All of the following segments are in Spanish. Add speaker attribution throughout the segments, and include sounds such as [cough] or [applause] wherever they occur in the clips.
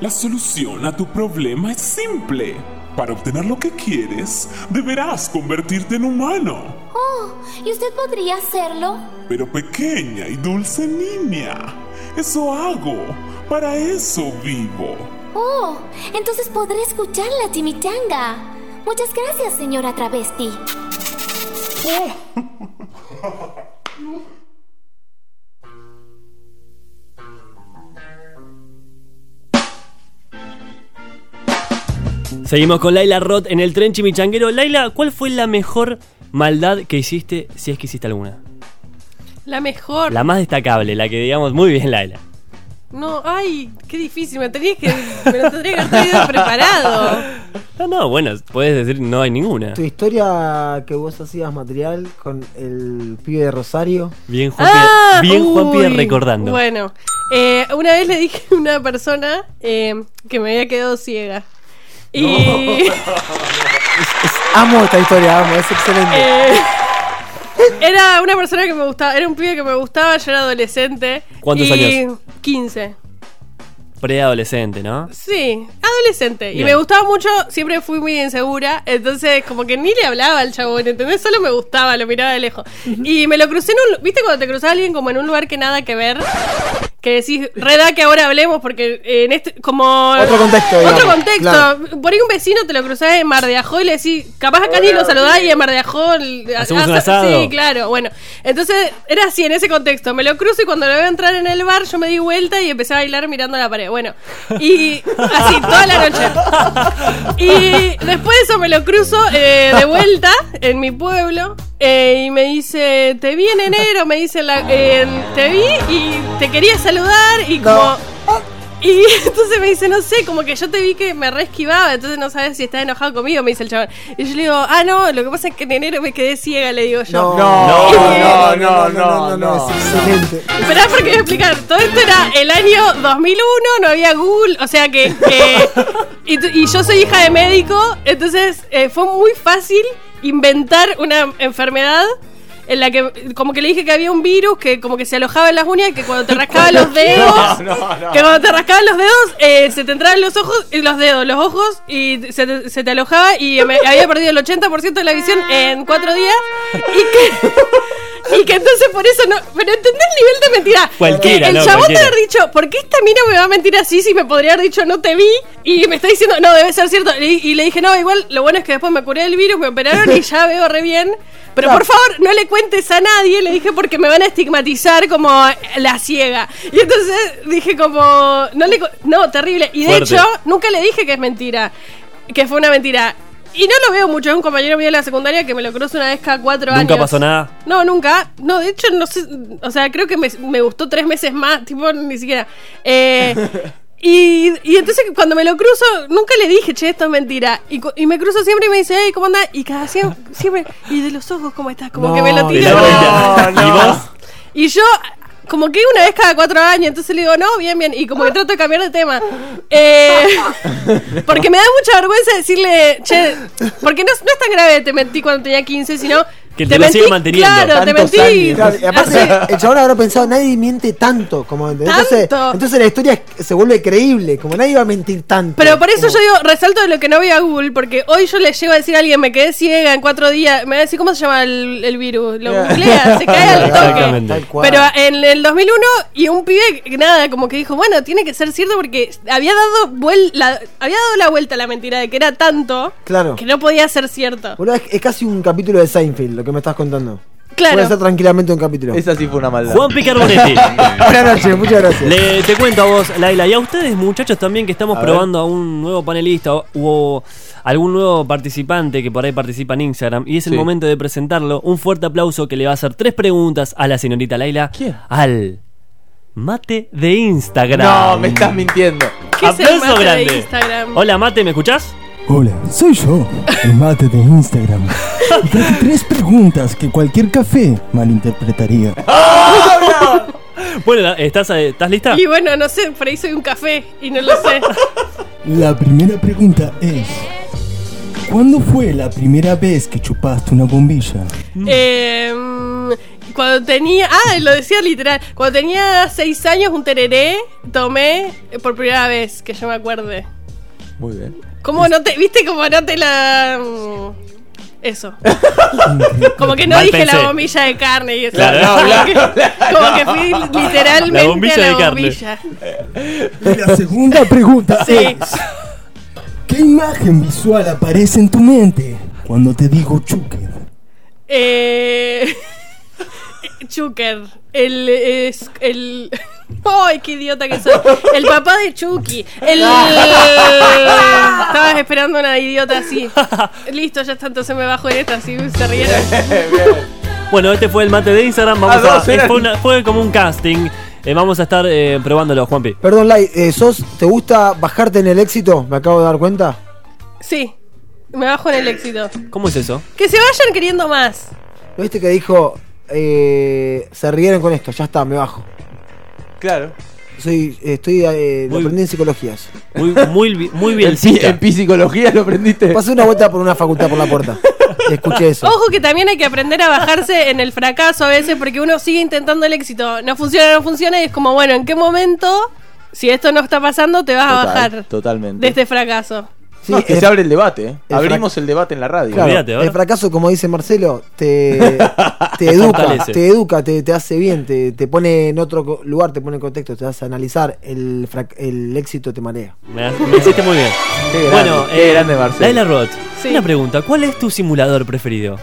Speaker 1: La solución a tu problema es simple. Para obtener lo que quieres, deberás convertirte en humano.
Speaker 2: Oh, ¿y usted podría hacerlo?
Speaker 1: Pero pequeña y dulce niña, eso hago. Para eso vivo.
Speaker 3: [laughs]
Speaker 2: Oh, entonces podré escuchar la chimichanga. Muchas gracias, señora travesti.
Speaker 4: Seguimos con Laila Roth en el tren chimichanguero. Laila, ¿cuál fue la mejor maldad que hiciste, si es que hiciste alguna?
Speaker 5: La mejor.
Speaker 4: La más destacable, la que digamos muy bien, Laila.
Speaker 5: No, ay, qué difícil. Me tenías que. Me lo tendría que haber
Speaker 4: [laughs]
Speaker 5: traído preparado.
Speaker 4: No, no, bueno, puedes decir no hay ninguna.
Speaker 6: Tu historia que vos hacías material con el pibe de Rosario.
Speaker 4: Bien, Juanpi,
Speaker 5: Ah,
Speaker 4: bien Juanpi
Speaker 5: uy,
Speaker 4: recordando.
Speaker 5: Bueno, eh, una vez le dije a una persona eh, que me había quedado ciega. Y.
Speaker 6: Amo esta historia, amo, es
Speaker 5: [laughs]
Speaker 6: excelente.
Speaker 5: eh, era una persona que me gustaba. Era un pibe que me gustaba. Yo era adolescente.
Speaker 4: ¿Cuántos
Speaker 5: y
Speaker 4: años?
Speaker 5: 15.
Speaker 4: Preadolescente, ¿no?
Speaker 5: Sí, adolescente. Y
Speaker 4: Bien.
Speaker 5: me gustaba mucho, siempre fui muy insegura, entonces como que ni le hablaba al chabón, ¿entendés? Solo me gustaba, lo miraba de lejos. Y me lo crucé en un... lu- ¿Viste cuando te cruzás a alguien como en un lugar que nada que ver? Que decís, reda que ahora hablemos porque eh, en este... como...
Speaker 6: Otro contexto,
Speaker 5: Otro
Speaker 6: digamos,
Speaker 5: contexto.
Speaker 6: claro.
Speaker 5: Por ahí un vecino te lo cruzás en Mar de Ajó y le decís, capaz acá ni lo saludás y en Mar de Ajó... l-
Speaker 4: Hacemos un
Speaker 5: asa-
Speaker 4: asado.
Speaker 5: Sí, claro, bueno. Entonces era así, en ese contexto. Me lo cruzo y cuando lo veo entrar en el bar, yo me di vuelta y empecé a bailar mirando la pared. Bueno, y así, toda la noche. [laughs] Y después de eso me lo cruzo eh, de vuelta en mi pueblo eh, y me dice, te vi en enero, me dice, la, en- te vi y te quería saludar y como... Y [laughs] entonces me dice, no sé, como que yo te vi que me re esquivaba, entonces no sabes si estás enojado conmigo, me dice el chabón. Y yo le digo, ah, no, lo que pasa es que en enero me quedé ciega, le digo yo.
Speaker 3: No, no, no, no, no.
Speaker 6: es excelente.
Speaker 5: Esperá porque voy a explicar. Todo esto era el año 2001, no había Google, o sea que... eh, y, tu- y yo soy hija de médico, entonces eh, fue muy fácil inventar una enfermedad en la que como que le dije que había un virus que como que se alojaba en las uñas y que cuando te rascaba los
Speaker 1: [laughs]
Speaker 5: dedos... Que cuando te rascaban los dedos, eh, se te entraban los ojos, eh, los dedos, los ojos, y se te, se te alojaba y me- había perdido el 80% de la visión en cuatro días. Y que, y que entonces por eso no. Pero entendés el nivel de mentira.
Speaker 4: Cualquiera,
Speaker 5: Que el
Speaker 4: no,
Speaker 5: chabón
Speaker 4: cualquiera.
Speaker 5: te haber dicho, ¿por qué esta mina me va a mentir así si me podría haber dicho no te vi? Y me está diciendo, no, debe ser cierto. Y, y le dije, no, igual, lo bueno es que después me curé del virus, me operaron y ya veo re bien. Pero por favor, no le cuentes a nadie, le dije, porque me van a estigmatizar como la ciega. Y entonces dije como, no le... cu- No, terrible. Y de
Speaker 4: Fuerte.
Speaker 5: hecho, nunca le dije que es mentira, que fue una mentira. Y no lo veo mucho, es un compañero mío de la secundaria que me lo cruzo una vez cada cuatro años.
Speaker 4: Nunca pasó nada.
Speaker 5: No, nunca. No, de hecho, no sé. O sea, creo que me, me gustó tres meses más. Tipo, ni siquiera.
Speaker 6: [laughs]
Speaker 5: Eh, y, y entonces cuando me lo cruzo, nunca le dije, che, esto es mentira. Y, cu- y me cruzo siempre y me dice, hey, ¿cómo andás? Y cada siempre, siempre. Y de los ojos, ¿cómo estás? Como
Speaker 6: No,
Speaker 5: que me lo
Speaker 6: de
Speaker 5: tira.
Speaker 6: la
Speaker 5: para-
Speaker 3: No, no.
Speaker 4: ¿Y vos?
Speaker 5: y yo, como que una vez cada cuatro años, entonces le digo, no, bien, bien. Y como que trato de cambiar de tema. Eh, [laughs] porque me da mucha vergüenza decirle, che, porque no, es- no es tan grave, te mentí cuando tenía 15, sino.
Speaker 4: Que te lo siga manteniendo.
Speaker 5: Claro, te
Speaker 3: Tantos
Speaker 5: mentí.
Speaker 3: años.
Speaker 6: Claro, y aparte,
Speaker 5: hace-
Speaker 6: el chabón habrá pensado, nadie miente tanto como ¿entendés? entonces,
Speaker 5: Tanto.
Speaker 6: entonces la historia es- se vuelve creíble, como nadie va a mentir tanto.
Speaker 5: Pero por eso
Speaker 6: Como-
Speaker 5: yo digo, resalto de lo que no veía Google, porque hoy yo le llego a decir a alguien, me quedé ciega en cuatro días, me va a decir, ¿cómo se llama el, el virus? Lo
Speaker 6: [laughs]
Speaker 5: googlea, se cae al toque.
Speaker 4: Exactamente.
Speaker 6: Tal cual.
Speaker 5: Pero eh, en el 2001, y un pibe, que nada, como que dijo, bueno, tiene que ser cierto porque había dado, vuel la, había dado la vuelta a la mentira de que era tanto
Speaker 6: Claro.
Speaker 5: que no podía ser cierto.
Speaker 6: Boludo, es, es casi un capítulo de Seinfeld lo que me estás contando.
Speaker 5: Claro.
Speaker 6: Puede ser tranquilamente un capítulo.
Speaker 3: Esa sí fue una maldad.
Speaker 4: Juan Picarbonetti.
Speaker 5: [laughs]
Speaker 6: Buenas noches, muchas gracias.
Speaker 4: Le, te cuento a vos, Laila, y a ustedes muchachos también que estamos
Speaker 3: A ver.
Speaker 4: probando a un nuevo panelista o, o algún nuevo participante que por ahí participa en Instagram y es el
Speaker 3: Sí.
Speaker 4: momento de presentarlo. Un fuerte aplauso que le va a hacer tres preguntas a la señorita Laila
Speaker 3: ¿Quién?
Speaker 4: al mate de Instagram.
Speaker 3: No, me estás mintiendo.
Speaker 5: ¿Qué es el
Speaker 4: Aplauso
Speaker 5: mate de
Speaker 4: grande.
Speaker 5: Instagram?
Speaker 4: Hola mate, ¿me escuchás?
Speaker 7: Hola, soy yo, el mate de Instagram. Y traje tres preguntas que cualquier café malinterpretaría.
Speaker 4: Bueno, la- ¿estás, eh, ¿estás lista?
Speaker 5: Y bueno, no sé, por ahí soy un café y no lo
Speaker 6: [laughs]
Speaker 5: sé.
Speaker 7: La primera pregunta es... ¿Cuándo fue la primera vez que chupaste una bombilla?
Speaker 5: Eh, mm, Cuando tenía. Ah, lo decía literal. Cuando tenía seis años, un tereré tomé por primera vez, que yo me acuerde.
Speaker 3: Muy bien.
Speaker 5: ¿Cómo no te. ¿Viste cómo no te la. mm, Eso. Como que no
Speaker 4: Mal
Speaker 5: dije
Speaker 4: pensé.
Speaker 5: la bombilla de carne y eso.
Speaker 4: Claro,
Speaker 5: como,
Speaker 3: claro,
Speaker 5: que,
Speaker 3: claro.
Speaker 5: como que fui literalmente
Speaker 4: La bombilla
Speaker 5: a la
Speaker 4: de carne.
Speaker 5: bombilla.
Speaker 7: Y la segunda pregunta
Speaker 4: [laughs]
Speaker 5: Sí.
Speaker 7: es: ¿Qué imagen visual aparece en tu mente cuando te digo Chucker?
Speaker 5: Eh. [laughs] Chucker. El. Es, el. ¡Ay, qué idiota que soy! El papá de Chucky.
Speaker 4: [laughs]
Speaker 5: El. Estabas esperando una idiota así. Listo, ya está, entonces me bajo de esta, así se rieron.
Speaker 4: Bueno, este fue el mate de Instagram. Vamos
Speaker 3: Ah,
Speaker 4: a,
Speaker 3: dos eran.
Speaker 4: fue, una- fue como un casting. Eh, vamos a estar eh, probándolo, Juanpi.
Speaker 6: Perdón, Lai, eh, ¿sos, ¿te gusta bajarte en el éxito? Me acabo de dar cuenta.
Speaker 5: Sí, me bajo en el éxito.
Speaker 4: ¿Cómo es eso?
Speaker 5: Que se vayan queriendo más.
Speaker 6: ¿No viste que dijo, eh, se rieron con esto, ya está, me bajo?
Speaker 3: Claro.
Speaker 6: Soy, eh, estoy, eh, lo
Speaker 4: Muy-
Speaker 6: aprendí en psicología. eso.
Speaker 4: Muy, muy, bi-
Speaker 3: [laughs]
Speaker 4: muy
Speaker 3: En, pi-
Speaker 4: bielcita.
Speaker 3: en psicología lo
Speaker 4: Eh.
Speaker 3: aprendiste.
Speaker 6: Pasé una vuelta por una facultad por
Speaker 4: [laughs]
Speaker 6: la puerta. y Escuché eso.
Speaker 5: Ojo que también hay que aprender a bajarse en el fracaso a veces porque uno sigue intentando el éxito. No funciona, no funciona y es como, bueno, ¿en qué momento, si esto no está pasando, te vas a
Speaker 3: Total,
Speaker 5: bajar
Speaker 3: Totalmente.
Speaker 5: de este fracaso?
Speaker 6: Sí,
Speaker 3: No, es que
Speaker 6: el-
Speaker 3: se abre el debate. eh.
Speaker 6: el
Speaker 3: Abrimos el debate en la radio.
Speaker 6: claro,
Speaker 4: Olvídate, ¿verdad?
Speaker 6: el fracaso, como dice Marcelo,
Speaker 4: [laughs]
Speaker 6: te, te educa,
Speaker 4: Fortalece.
Speaker 6: te educa, te, te hace bien, te, te pone en otro co- lugar, te pone en contexto, te hace analizar, el, frac- el éxito te marea.
Speaker 4: Me, me hiciste muy bien.
Speaker 3: Qué grande,
Speaker 4: bueno, eh,
Speaker 3: qué grande Marcelo.
Speaker 4: Laila Roth,
Speaker 5: Sí.
Speaker 4: una pregunta. ¿Cuál es tu simulador preferido?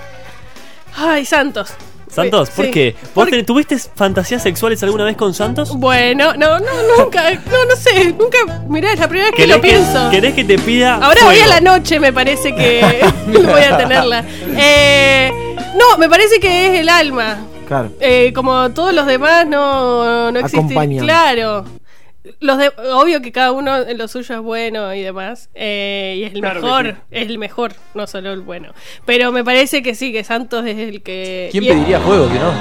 Speaker 5: Ay, Santos.
Speaker 4: ¿Santos?
Speaker 5: Sí,
Speaker 4: ¿Por
Speaker 5: sí.
Speaker 4: qué? ¿Vos
Speaker 5: Porque-
Speaker 4: ten- ¿Tuviste fantasías sexuales alguna vez con Santos?
Speaker 5: Bueno, no, no, nunca. No, no sé, nunca. Mirá, es la primera vez que lo pienso.
Speaker 4: querés que te pida
Speaker 5: Ahora
Speaker 4: fuego?
Speaker 5: voy a la noche, me
Speaker 4: [laughs]
Speaker 5: parece que [laughs] voy a tenerla. Eh, no, me parece que es el alma.
Speaker 6: Claro.
Speaker 5: Eh, como todos los demás no, no existen.
Speaker 6: Acompañan.
Speaker 5: Claro. Los de- obvio que cada uno en lo suyo es bueno y demás. eh, y es el mejor. Es el mejor, no solo el bueno. Pero me parece que sí, que Santos es el que.
Speaker 3: ¿Quién
Speaker 5: y es-
Speaker 3: pediría juego que no?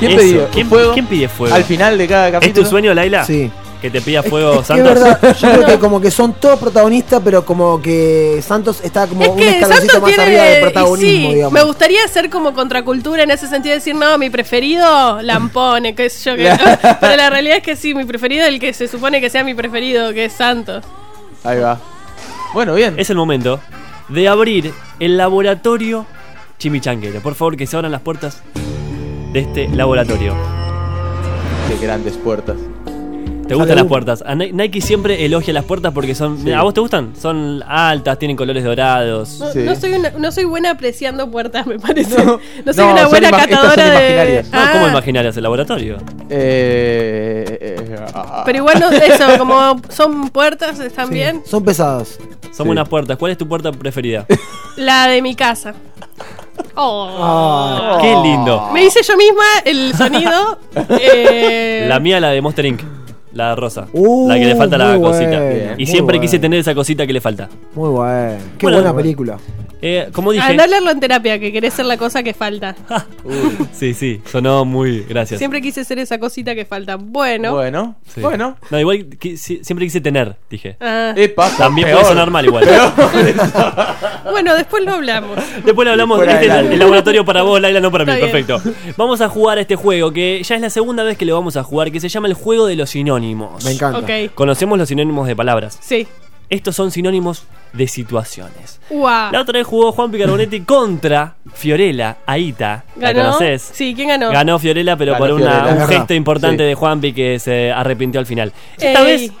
Speaker 3: ¿Quién
Speaker 4: Eso,
Speaker 3: pediría
Speaker 4: ¿quién-
Speaker 3: fuego?
Speaker 4: quién pide fuego?
Speaker 3: Al final de cada
Speaker 4: ¿Es
Speaker 3: capítulo.
Speaker 4: tu sueño, Laila?
Speaker 6: Sí.
Speaker 4: Que te pida fuego
Speaker 6: Es que es
Speaker 4: Santos.
Speaker 6: verdad, yo creo que como que son todos protagonistas, pero como que Santos está como
Speaker 5: Es
Speaker 6: un
Speaker 5: que
Speaker 6: escaloncito
Speaker 5: Santos
Speaker 6: más
Speaker 5: tiene.
Speaker 6: arriba del
Speaker 5: y
Speaker 6: protagonismo,
Speaker 5: sí,
Speaker 6: digamos.
Speaker 5: me gustaría ser como contracultura en ese sentido, decir, no, mi preferido, Lampone, qué sé yo.
Speaker 6: [laughs]
Speaker 5: qué- pero la realidad es que sí, mi preferido es el que se supone que sea mi preferido, que es Santos.
Speaker 3: Ahí va. Bueno, bien.
Speaker 4: Es el momento de abrir el laboratorio chimichanguero. Por favor, que se abran las puertas de este laboratorio.
Speaker 3: Qué grandes puertas.
Speaker 4: ¿Te gustan
Speaker 6: Sale
Speaker 4: las
Speaker 6: humo.
Speaker 4: puertas? A Ni- Nike siempre elogia las puertas porque son...
Speaker 3: Sí.
Speaker 4: ¿A vos te gustan? Son altas, tienen colores dorados.
Speaker 5: No,
Speaker 3: Sí.
Speaker 5: no soy una- no soy buena apreciando puertas, me parece. No,
Speaker 3: No,
Speaker 5: soy
Speaker 3: no,
Speaker 5: una
Speaker 3: son
Speaker 5: buena
Speaker 3: ima- estas son
Speaker 5: catadora de.
Speaker 3: imaginarias.
Speaker 4: No,
Speaker 5: Ah,
Speaker 4: ¿Cómo imaginarías el laboratorio?
Speaker 3: Eh, eh, ah.
Speaker 5: Pero igual no,
Speaker 3: [laughs]
Speaker 5: eso, como son puertas, están
Speaker 6: Sí,
Speaker 5: bien.
Speaker 6: Son pesados.
Speaker 4: Son
Speaker 3: Sí.
Speaker 4: buenas puertas. ¿Cuál es tu puerta preferida?
Speaker 5: La de mi casa.
Speaker 3: Ah.
Speaker 5: Oh.
Speaker 4: Ah, ¡Qué lindo!
Speaker 5: Me hice yo misma el sonido. [laughs]
Speaker 3: [laughs]
Speaker 5: eh,
Speaker 4: La mía, la de Monster Inc. La rosa.
Speaker 6: Uh,
Speaker 4: la que le falta la
Speaker 6: muy
Speaker 4: cosita.
Speaker 6: bueno,
Speaker 4: y
Speaker 6: muy
Speaker 4: siempre
Speaker 6: bueno.
Speaker 4: quise tener esa cosita que le falta.
Speaker 6: Muy bueno. Qué
Speaker 4: Bueno,
Speaker 6: buena
Speaker 4: bueno.
Speaker 6: película.
Speaker 4: Eh, como dije...
Speaker 5: Andá a hablarlo en terapia, que querés ser la cosa que falta.
Speaker 4: Sí, sí. Sonó muy... Gracias.
Speaker 5: Siempre quise ser esa cosita que falta. Bueno.
Speaker 3: Bueno,
Speaker 4: Sí.
Speaker 3: bueno.
Speaker 4: No, igual qui- si- siempre quise tener, dije.
Speaker 5: Ah,
Speaker 3: Epa,
Speaker 4: También
Speaker 3: peor.
Speaker 4: puede sonar mal igual.
Speaker 5: bueno, después lo hablamos.
Speaker 4: Después lo hablamos
Speaker 3: Fuera
Speaker 4: este
Speaker 3: del
Speaker 4: es
Speaker 3: aire.
Speaker 4: el laboratorio para vos, Laila, no para mí.
Speaker 5: Está bien.
Speaker 4: Perfecto. Vamos a jugar a este juego que ya es la segunda vez que lo vamos a jugar, que se llama el juego de los sinónimos.
Speaker 6: Me encanta.
Speaker 5: Ok.
Speaker 4: Conocemos los sinónimos de palabras.
Speaker 5: Sí.
Speaker 4: Estos son sinónimos de situaciones.
Speaker 5: Guau.
Speaker 4: La otra vez jugó Juan
Speaker 5: [laughs]
Speaker 4: Picarbonetti contra Fiorella Aita. ¿La
Speaker 5: ¿Ganó?
Speaker 4: conoces?
Speaker 5: Sí, ¿quién ganó?
Speaker 4: Ganó Fiorella, pero
Speaker 3: Ganó
Speaker 4: por una-
Speaker 3: Fiorella.
Speaker 6: Es
Speaker 4: un
Speaker 6: verdad.
Speaker 4: gesto importante
Speaker 3: Sí.
Speaker 4: de Juanpi que se arrepintió al final. Esta
Speaker 5: Ey.
Speaker 4: vez,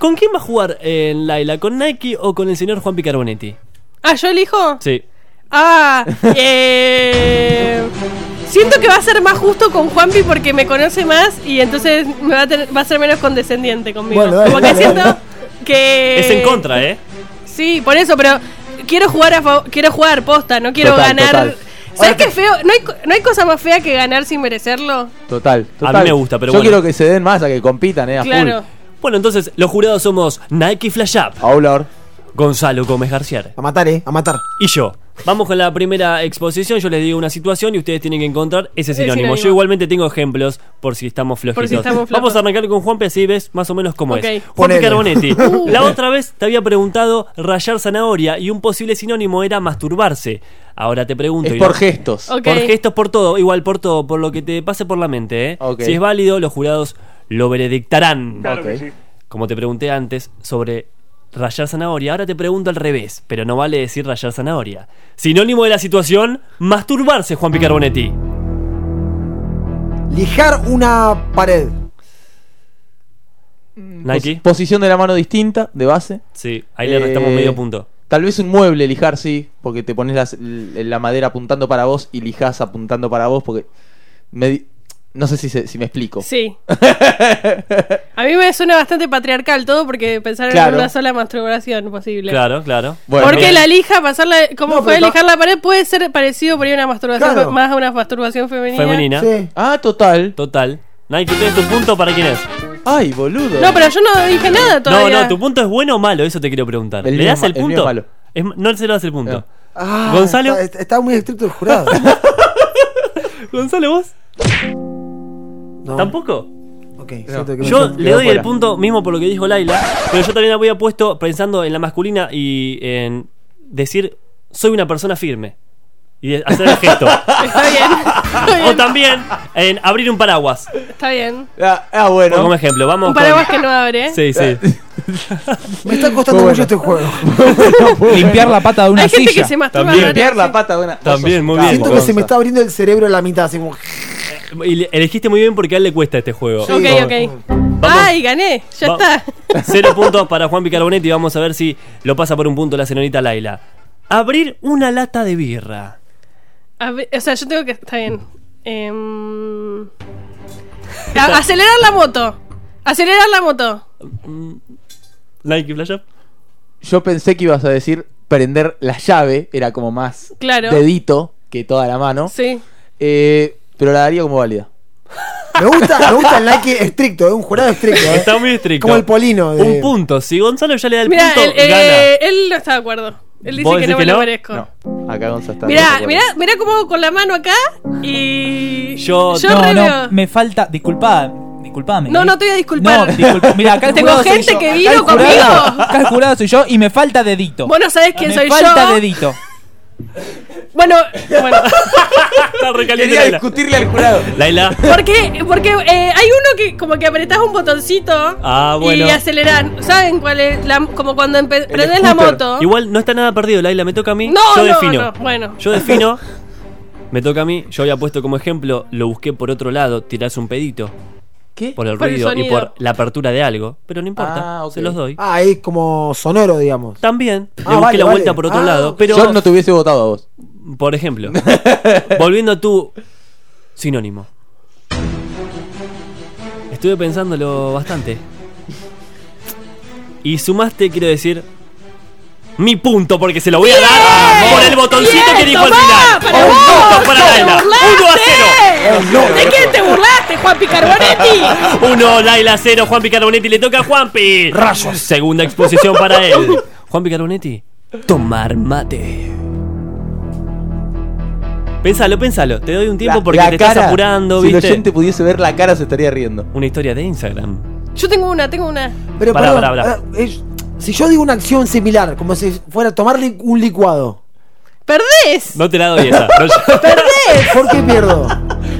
Speaker 4: ¿con quién va a jugar en Laila? ¿Con Nike o con el señor Juanpi Carbonetti?
Speaker 5: Ah, ¿yo elijo?
Speaker 4: Sí.
Speaker 5: Ah, eh, Siento que va a ser más justo con Juanpi porque me conoce más y entonces me va a, tener- va a ser menos condescendiente conmigo.
Speaker 6: Bueno, dale,
Speaker 5: Como que
Speaker 6: dale,
Speaker 5: siento
Speaker 6: dale.
Speaker 5: que.
Speaker 4: es en contra, ¿eh?
Speaker 5: Sí, por eso, pero quiero jugar a favor- quiero jugar posta, no quiero
Speaker 3: Total,
Speaker 5: ganar.
Speaker 3: total.
Speaker 5: ¿Sabes qué feo? ¿No hay, co- no hay cosa más fea que ganar sin merecerlo.
Speaker 3: Total, total.
Speaker 4: me gusta, pero
Speaker 3: Yo
Speaker 4: bueno.
Speaker 3: quiero que se den más a que compitan, eh, a
Speaker 5: Claro.
Speaker 3: full.
Speaker 4: Bueno, entonces, los jurados somos Nike Flash Up,
Speaker 3: A olor.
Speaker 4: Gonzalo Gómez García
Speaker 6: A matar, eh, a matar.
Speaker 4: y yo, Vamos con la primera exposición. Yo les digo una situación y ustedes tienen que encontrar ese
Speaker 5: Ese
Speaker 4: sinónimo.
Speaker 5: sinónimo.
Speaker 4: Yo igualmente tengo ejemplos por si estamos flojitos.
Speaker 5: Por si estamos flojos.
Speaker 4: Vamos a arrancar con Juanpe, así ves más o menos cómo
Speaker 5: Ok.
Speaker 4: es. Juanpe
Speaker 6: Ponele.
Speaker 3: [laughs]
Speaker 4: Carbonetti.
Speaker 3: Uh.
Speaker 4: La otra vez te había preguntado rayar zanahoria y un posible sinónimo era masturbarse. Ahora te pregunto.
Speaker 3: Es
Speaker 4: y
Speaker 3: por
Speaker 4: no-
Speaker 3: gestos.
Speaker 5: Ok.
Speaker 4: por gestos, por todo, igual por todo, por lo que te pase por la mente. ¿eh?
Speaker 3: Ok.
Speaker 4: Si es válido, los jurados lo veredictarán.
Speaker 3: Ok.
Speaker 4: Como te pregunté antes sobre rayar zanahoria, ahora te pregunto al revés, pero no vale decir rayar zanahoria. Sinónimo de la situación, masturbarse, Juan Picarbonetti.
Speaker 3: Mm.
Speaker 6: Lijar una pared.
Speaker 4: Nike.
Speaker 3: Pos- Posición de la mano distinta, de base.
Speaker 4: Sí, ahí le restamos
Speaker 3: Eh,
Speaker 4: medio punto.
Speaker 3: Tal vez un mueble lijar, sí, porque te pones las- l- la madera apuntando para vos y lijás apuntando para vos, porque... me di- no sé si, se- si me explico. [laughs]
Speaker 5: Sí. A mí me suena bastante patriarcal todo porque pensaron en
Speaker 3: Claro.
Speaker 5: una sola masturbación posible.
Speaker 4: Claro, claro.
Speaker 3: Bueno,
Speaker 5: Porque
Speaker 3: bien.
Speaker 5: la lija, pasarla, como
Speaker 6: No,
Speaker 5: fue
Speaker 6: pero
Speaker 5: lijar la pared, puede ser parecido por ahí a una masturbación,
Speaker 6: Claro.
Speaker 5: más a una masturbación femenina.
Speaker 4: Femenina.
Speaker 6: Sí.
Speaker 3: Ah, total.
Speaker 4: Total. Nike, ¿tienes tu punto para quién es?
Speaker 3: Ay, boludo.
Speaker 5: No, pero yo no dije nada
Speaker 4: No,
Speaker 5: todavía.
Speaker 4: no, tu punto es bueno o malo, eso te quiero preguntar.
Speaker 3: El
Speaker 4: ¿Le
Speaker 3: mío
Speaker 4: das
Speaker 3: es ma-
Speaker 4: el
Speaker 3: el mío
Speaker 4: punto?
Speaker 3: es malo.
Speaker 4: Es ma- no se le das el punto.
Speaker 6: Ah,
Speaker 4: Gonzalo.
Speaker 6: Está, está muy estricto el
Speaker 4: [laughs]
Speaker 6: jurado.
Speaker 4: Gonzalo, ¿vos?
Speaker 6: No.
Speaker 4: ¿Tampoco?
Speaker 6: Ok, siento que me-
Speaker 4: Yo le
Speaker 3: Quedó
Speaker 4: doy el
Speaker 3: fuera.
Speaker 4: punto mismo por lo que dijo Laila, pero yo también había puesto pensando en la masculina y en decir soy una persona firme y de- hacer el
Speaker 6: [laughs]
Speaker 4: gesto.
Speaker 5: Está
Speaker 4: [laughs]
Speaker 5: bien. Está
Speaker 4: o
Speaker 5: bien.
Speaker 4: también en abrir un paraguas.
Speaker 5: Está bien.
Speaker 3: Ah, ah,
Speaker 4: Como
Speaker 3: bueno.
Speaker 4: ejemplo, vamos
Speaker 5: Un paraguas
Speaker 4: con...
Speaker 5: que no abre.
Speaker 4: Sí, sí.
Speaker 6: [laughs] Me está costando
Speaker 3: Muy
Speaker 6: mucho este juego.
Speaker 3: [laughs]
Speaker 8: Limpiar la pata de una
Speaker 5: Hay gente
Speaker 8: silla.
Speaker 5: que se masturba.
Speaker 4: También.
Speaker 5: raro,
Speaker 3: Limpiar la
Speaker 5: sí.
Speaker 3: pata de una... vos
Speaker 4: También,
Speaker 3: sos
Speaker 4: muy
Speaker 3: un
Speaker 4: bien.
Speaker 3: capo,
Speaker 6: Siento que se me está
Speaker 3: Gonza.
Speaker 6: abriendo el cerebro a la mitad. Así como...
Speaker 4: Y le- elegiste muy bien porque a él le cuesta este juego.
Speaker 6: Sí.
Speaker 5: Ok,
Speaker 6: Vamos.
Speaker 5: ok. Ay, gané. Ya
Speaker 4: Va-
Speaker 5: está.
Speaker 4: Cero puntos para Juan Picarbonetti. Vamos a ver si lo pasa por un punto la señorita Laila. Abrir una lata de birra.
Speaker 5: A ver, o sea, yo tengo que. Está bien. Em, a- acelerar la moto. Acelerar la moto.
Speaker 4: Nike Flash Up.
Speaker 3: Yo pensé que ibas a decir prender la llave, era como más
Speaker 5: Claro.
Speaker 3: dedito que toda la mano.
Speaker 5: Sí.
Speaker 3: Eh, pero la daría como válida.
Speaker 6: Me gusta, me gusta el Nike estricto, es un jurado estricto. ¿eh?
Speaker 4: Está muy estricto.
Speaker 6: Como el Polino. de-
Speaker 4: Un punto. Si Gonzalo ya le da el
Speaker 5: Mira,
Speaker 4: punto,
Speaker 5: él, eh,
Speaker 4: gana.
Speaker 5: él no está de acuerdo. Él dice
Speaker 4: ¿Vos
Speaker 5: que
Speaker 4: decís
Speaker 5: no
Speaker 4: que
Speaker 5: me
Speaker 4: no?
Speaker 5: lo merezco.
Speaker 3: No, acá Gonza está. de
Speaker 5: Mirá,
Speaker 3: acuerdo.
Speaker 5: mirá, mirá cómo hago con la mano acá y.
Speaker 4: Yo-
Speaker 5: yo
Speaker 8: No,
Speaker 5: re
Speaker 8: no,
Speaker 5: veo-
Speaker 8: me falta. Disculpa, disculpame.
Speaker 5: No,
Speaker 8: eh.
Speaker 5: no te voy a disculpar. [laughs]
Speaker 8: No, disculpa. Mira, acá el
Speaker 5: Tengo
Speaker 8: jurado soy
Speaker 5: gente
Speaker 8: yo.
Speaker 5: que
Speaker 8: Acá
Speaker 5: vino
Speaker 8: el jurado-
Speaker 5: conmigo.
Speaker 8: Acá el jurado soy yo y me falta dedito.
Speaker 5: Vos no sabés quién
Speaker 8: me
Speaker 5: soy
Speaker 8: falta
Speaker 5: yo.
Speaker 8: dedito.
Speaker 5: Bueno, bueno. [laughs]
Speaker 4: Está recaliente
Speaker 3: Quería
Speaker 4: Laila.
Speaker 3: discutirle al jurado.
Speaker 4: Laila.
Speaker 5: Porque, porque eh, hay uno que como que apretás un botoncito
Speaker 4: Ah, bueno.
Speaker 5: y aceleran. ¿Saben cuál es? La- como cuando empe- prendés la
Speaker 3: scooter.
Speaker 5: moto.
Speaker 4: Igual no está nada perdido, Laila. Me toca a mí.
Speaker 5: No,
Speaker 4: yo
Speaker 5: no,
Speaker 4: defino.
Speaker 5: no, bueno.
Speaker 4: Yo defino. Me toca a mí. Yo había puesto como ejemplo. Lo busqué por otro lado. Tirás un pedito.
Speaker 3: ¿Qué?
Speaker 4: Por el
Speaker 5: Por el
Speaker 4: ruido y
Speaker 5: sonido.
Speaker 4: por la apertura de algo. Pero no importa.
Speaker 3: Ah, ok.
Speaker 4: Se los doy.
Speaker 6: Ah, es como sonoro, digamos.
Speaker 4: También. le
Speaker 6: Ah,
Speaker 4: busqué
Speaker 6: vale,
Speaker 4: la
Speaker 6: vale.
Speaker 4: vuelta por otro
Speaker 6: Ah,
Speaker 4: lado. Pero,
Speaker 3: Yo no te hubiese votado a vos.
Speaker 4: por
Speaker 5: [laughs]
Speaker 4: ejemplo. volviendo a tu sinónimo. Estuve pensándolo bastante. Y sumaste, quiero decir, mi punto, porque se lo voy a dar por el botoncito
Speaker 5: Bien,
Speaker 4: que dijo al
Speaker 5: tomá,
Speaker 4: final.
Speaker 5: para
Speaker 4: Un
Speaker 5: vos,
Speaker 4: punto para
Speaker 5: te
Speaker 4: Laila. 1 a
Speaker 5: burlaste.
Speaker 4: 0.
Speaker 5: ¿De quién te burlaste,
Speaker 4: [laughs]
Speaker 5: Juan Picarbonetti?
Speaker 4: 1, Laila 0, Juan Picarbonetti le toca a Juanpi. Rayos. Segunda exposición para él.
Speaker 3: [laughs]
Speaker 4: Juan Picarbonetti, tomar mate. Pensalo, pensalo. Te doy un tiempo
Speaker 3: La-
Speaker 4: porque
Speaker 3: la
Speaker 4: te estás
Speaker 3: cara,
Speaker 4: apurando,
Speaker 3: Si el
Speaker 4: ¿viste?
Speaker 3: oyente pudiese ver la cara, se estaría riendo.
Speaker 4: Una historia de Instagram.
Speaker 5: Yo tengo una, tengo una.
Speaker 6: Pero
Speaker 4: Pará,
Speaker 6: perdón,
Speaker 4: pará, pará.
Speaker 6: ah, es- si yo digo una acción similar, como si fuera tomar li- un licuado,
Speaker 5: Perdés.
Speaker 4: No te la doy
Speaker 3: [laughs]
Speaker 4: esa. No, yo- Eh.
Speaker 5: Perdés.
Speaker 6: ¿por qué
Speaker 4: [laughs]
Speaker 6: pierdo?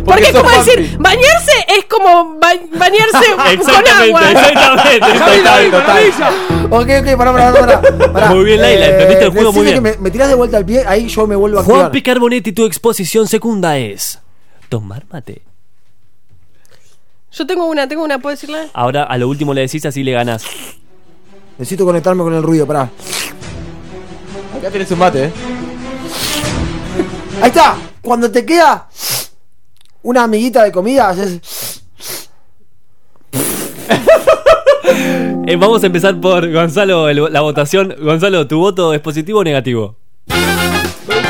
Speaker 5: Porque,
Speaker 3: sos
Speaker 5: como
Speaker 3: Juanpi.
Speaker 5: decir, bañarse es como ba- bañarse con
Speaker 4: [laughs] exactamente, [laughs]
Speaker 5: agua.
Speaker 4: exactamente, exactamente.
Speaker 6: Ok, ok, pará, pará, pará. pará. Eh,
Speaker 4: Muy bien, Laila, entendiste el juego muy
Speaker 6: decime
Speaker 4: bien.
Speaker 6: que me, me tirás de vuelta al pie, ahí yo me vuelvo a
Speaker 4: Juan
Speaker 6: activar.
Speaker 4: Picarbonetti, tu exposición segunda es tomar mate.
Speaker 5: Yo tengo una, tengo una, ¿puedo decirla?
Speaker 4: Ahora a lo último le decís así le ganás.
Speaker 6: Necesito conectarme con el ruido, pará.
Speaker 3: Acá tenés un mate, eh.
Speaker 6: Ahí está, cuando te queda una amiguita de comida, haces...
Speaker 4: Eh, vamos a empezar por Gonzalo, el- la votación. Gonzalo, ¿tu voto es positivo o negativo?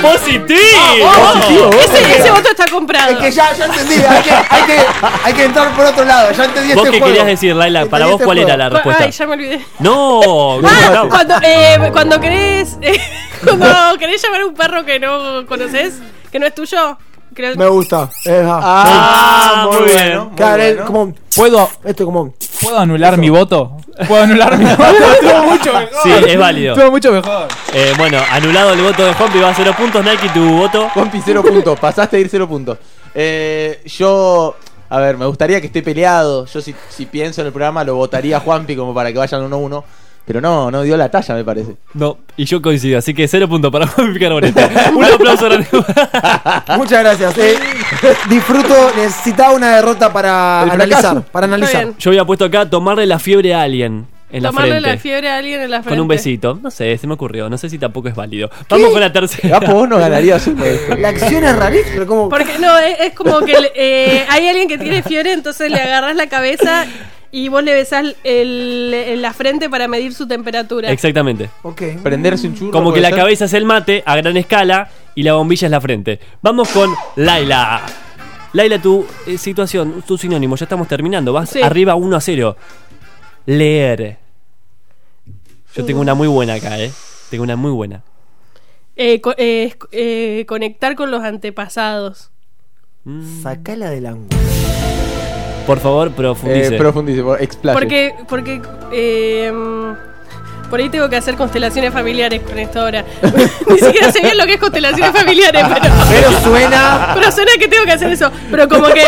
Speaker 4: ¡Positivo! Oh,
Speaker 5: Ese, ese voto está comprado.
Speaker 6: Es que ya, ya entendí, hay que, hay, que, [laughs] hay que entrar por otro lado, ya entendí
Speaker 4: ¿Vos
Speaker 6: este
Speaker 4: qué
Speaker 6: juego.
Speaker 4: querías decir, Laila?
Speaker 6: Entendí
Speaker 4: ¿Para vos
Speaker 6: este
Speaker 4: cuál era
Speaker 6: juego.
Speaker 4: la [laughs]
Speaker 5: Ay,
Speaker 4: respuesta?
Speaker 5: ya me olvidé.
Speaker 4: ¡No!
Speaker 5: Ah,
Speaker 4: Gonzalo.
Speaker 5: cuando, eh, cuando querés. [laughs] eh, Cuando querés llamar a un perro que no conoces, que no es tuyo, creo
Speaker 6: Me gusta. Es verdad.
Speaker 3: Ah,
Speaker 4: muy bien.
Speaker 6: Sí.
Speaker 3: muy
Speaker 6: Eh, Claro, es
Speaker 3: bueno.
Speaker 6: como.
Speaker 8: ¿Puedo,
Speaker 6: Esto como.
Speaker 8: ¿Puedo anular mi voto? ¿Puedo anular mi voto? [laughs] Estuvo mucho mejor.
Speaker 4: Sí, es válido.
Speaker 8: Estuvo mucho mejor.
Speaker 4: Eh, bueno, anulado el voto de Juanpi, va a cero puntos. Nike, tu voto.
Speaker 3: Juanpi, cero puntos. Pasaste a ir cero puntos. Eh, yo. A ver, me gustaría que esté peleado. Yo, si, si pienso en el programa, lo votaría a Juanpi como para que vayan uno a uno. Pero no, no dio la talla,
Speaker 4: [laughs]
Speaker 3: me parece.
Speaker 4: No, y yo coincido, así que cero puntos para Juanpi Carbonete. [laughs] Un aplauso grande.
Speaker 6: Muchas gracias. eh. disfruto. Necesitaba una derrota para
Speaker 3: El
Speaker 6: analizar.
Speaker 3: fracaso.
Speaker 6: Para
Speaker 5: Está
Speaker 6: analizar.
Speaker 5: bien.
Speaker 4: Yo había puesto acá tomarle la fiebre a alguien en la
Speaker 5: Tomarle
Speaker 4: frente.
Speaker 5: la fiebre a alguien en la frente.
Speaker 4: Con un besito. No sé, se me ocurrió. No sé si tampoco es válido. Vamos con la tercera.
Speaker 3: Gapo, vos no ganarías eh. uno de
Speaker 6: [laughs]
Speaker 3: estos.
Speaker 6: La acción es rarísima. pero como-
Speaker 5: Porque no, es, es como que le- eh, hay alguien que tiene fiebre, entonces le agarras la cabeza y vos le besás el, el- la frente para medir su temperatura.
Speaker 4: Exactamente.
Speaker 6: Ok.
Speaker 3: Prenderse un churro.
Speaker 4: Como que
Speaker 3: puede
Speaker 4: la
Speaker 3: ser.
Speaker 4: cabeza es el mate a gran escala y la bombilla es la frente. Vamos con Laila. Laila, tu eh, situación, tu sinónimo, ya estamos terminando. Vas
Speaker 5: Sí.
Speaker 4: arriba 1 a 0. Leer. Yo tengo una muy buena acá, ¿eh? Tengo una muy buena.
Speaker 5: Eh, co- eh, es- eh, conectar con los antepasados.
Speaker 6: mm, Sacala del ángulo.
Speaker 4: Por favor,
Speaker 3: Eh,
Speaker 4: profundice.
Speaker 3: profundice, por- explaye.
Speaker 5: Porque, porque eh, por ahí tengo que hacer constelaciones familiares con esto ahora. [laughs] Ni siquiera sé bien lo que es constelaciones familiares, pero.
Speaker 6: Pero suena.
Speaker 5: [laughs] Pero suena que tengo que hacer eso. Pero como que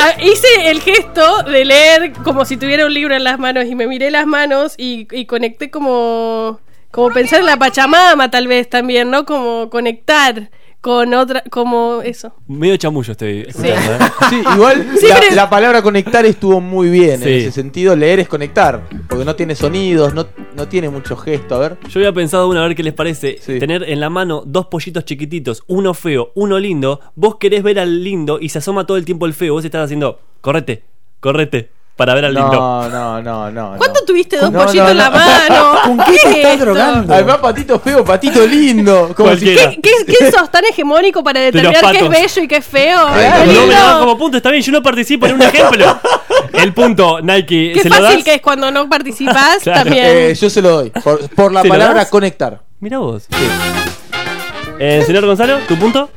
Speaker 5: ah, hice el gesto de leer como si tuviera un libro en las manos y me miré las manos y, y conecté como. Como pensar en la Pachamama, tal vez también, ¿no? Como conectar con otra. Como eso.
Speaker 4: Medio chamullo estoy escuchando, ¿eh?
Speaker 3: Sí, igual
Speaker 5: [laughs] Sí,
Speaker 3: la,
Speaker 5: pero-
Speaker 3: la palabra conectar estuvo muy bien.
Speaker 4: Sí.
Speaker 3: En ese sentido, leer es conectar. Porque no tiene sonidos, no, no tiene mucho gesto. A ver.
Speaker 4: Yo había pensado una, a ver qué les parece.
Speaker 3: Sí.
Speaker 4: Tener en la mano dos pollitos chiquititos, uno feo, uno lindo. Vos querés ver al lindo y se asoma todo el tiempo el feo. Vos estás haciendo, correte, correte, para ver al lindo.
Speaker 3: No, no, no,
Speaker 6: Ah,
Speaker 3: no.
Speaker 5: ¿Cuánto
Speaker 3: no.
Speaker 5: tuviste dos
Speaker 3: No,
Speaker 5: pollitos
Speaker 3: no,
Speaker 5: en la
Speaker 3: no. [laughs]
Speaker 5: mano?
Speaker 6: [laughs] ¿Con qué te
Speaker 5: es
Speaker 6: estás
Speaker 5: esto?
Speaker 6: drogando?
Speaker 3: Además, patito feo,
Speaker 4: [laughs]
Speaker 3: patito lindo. Como si-
Speaker 4: Cualquiera.
Speaker 5: ¿Qué, qué, qué sos tan hegemónico para determinar qué es
Speaker 4: Ah. patos.
Speaker 5: bello y qué es feo?
Speaker 3: Claro.
Speaker 5: ¿Qué
Speaker 4: No me
Speaker 5: lindo?
Speaker 4: lo dan como punto, está bien, yo no participo en un ejemplo. [laughs] El punto, Nike,
Speaker 5: Qué
Speaker 4: ¿se lo
Speaker 5: fácil
Speaker 4: das?
Speaker 5: que es cuando no participás
Speaker 4: [laughs] Claro.
Speaker 5: también.
Speaker 3: Eh, yo se lo doy. Por, por la
Speaker 4: ¿Se lo
Speaker 3: palabra
Speaker 4: das?
Speaker 3: conectar.
Speaker 4: Mira vos. Eh, señor Gonzalo, ¿tu punto?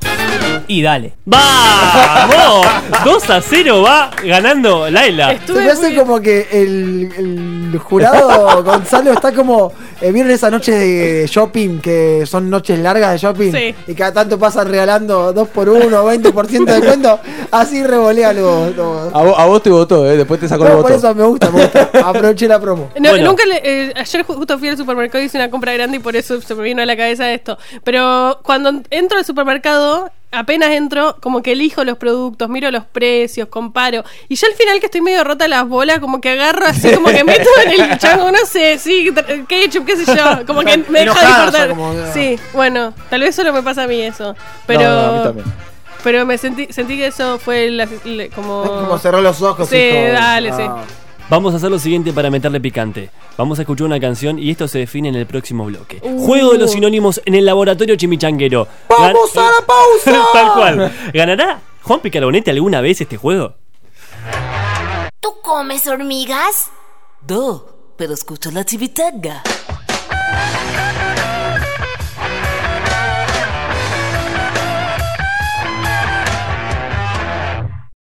Speaker 8: Y dale.
Speaker 4: ¡Vamos! 2 a 0 va ganando Laila.
Speaker 6: Se
Speaker 5: Estuve
Speaker 6: me
Speaker 5: muy
Speaker 6: hace
Speaker 5: bien.
Speaker 6: como que el, el
Speaker 5: [laughs]
Speaker 6: jurado Gonzalo está como. eh, ¿Vieron esas noches de shopping que son noches largas de shopping?
Speaker 5: Sí.
Speaker 6: Y cada tanto pasan regalando 2 por 1 20% de cuento. Así revolea los. los-
Speaker 3: A vos, a vos te votó, eh. Después te sacó Ah, el
Speaker 6: No, por
Speaker 3: voto.
Speaker 6: eso me gusta, me
Speaker 3: [laughs]
Speaker 6: gusta. Aproveché la promo.
Speaker 5: No,
Speaker 4: Bueno.
Speaker 5: nunca le- eh, ayer ju- justo fui al supermercado y hice una compra grande y por eso se me vino a la cabeza esto. Pero cuando entro al supermercado, apenas entro, como que elijo los productos, miro los precios, comparo. Y ya al final que estoy medio rota las bolas, como que agarro así, como que meto en
Speaker 6: [laughs]
Speaker 5: el chango, no sé, sí, tr- ketchup, qué sé yo. Como que me deja de
Speaker 6: Enojada,
Speaker 5: importar.
Speaker 6: ya como-
Speaker 5: Sí, bueno, tal vez solo me pasa a mí eso. Pero,
Speaker 3: No, no, a mí también.
Speaker 5: pero me sentí, sentí que eso fue la- le- como...
Speaker 6: Como cerró los ojos.
Speaker 5: Oh. Sí,
Speaker 6: hijo. Ah.
Speaker 5: dale, sí.
Speaker 4: Vamos a hacer lo siguiente para meterle picante. Vamos a escuchar una canción y esto se define en el próximo bloque.
Speaker 5: Uh.
Speaker 4: Juego de los sinónimos en el laboratorio chimichanguero.
Speaker 6: ¡Vamos a la pausa!
Speaker 4: [laughs] Tal cual. ¿Ganará Juan Picarbonete alguna vez este juego?
Speaker 2: ¿Tú comes hormigas?
Speaker 9: Do, pero escucho la chivitanga.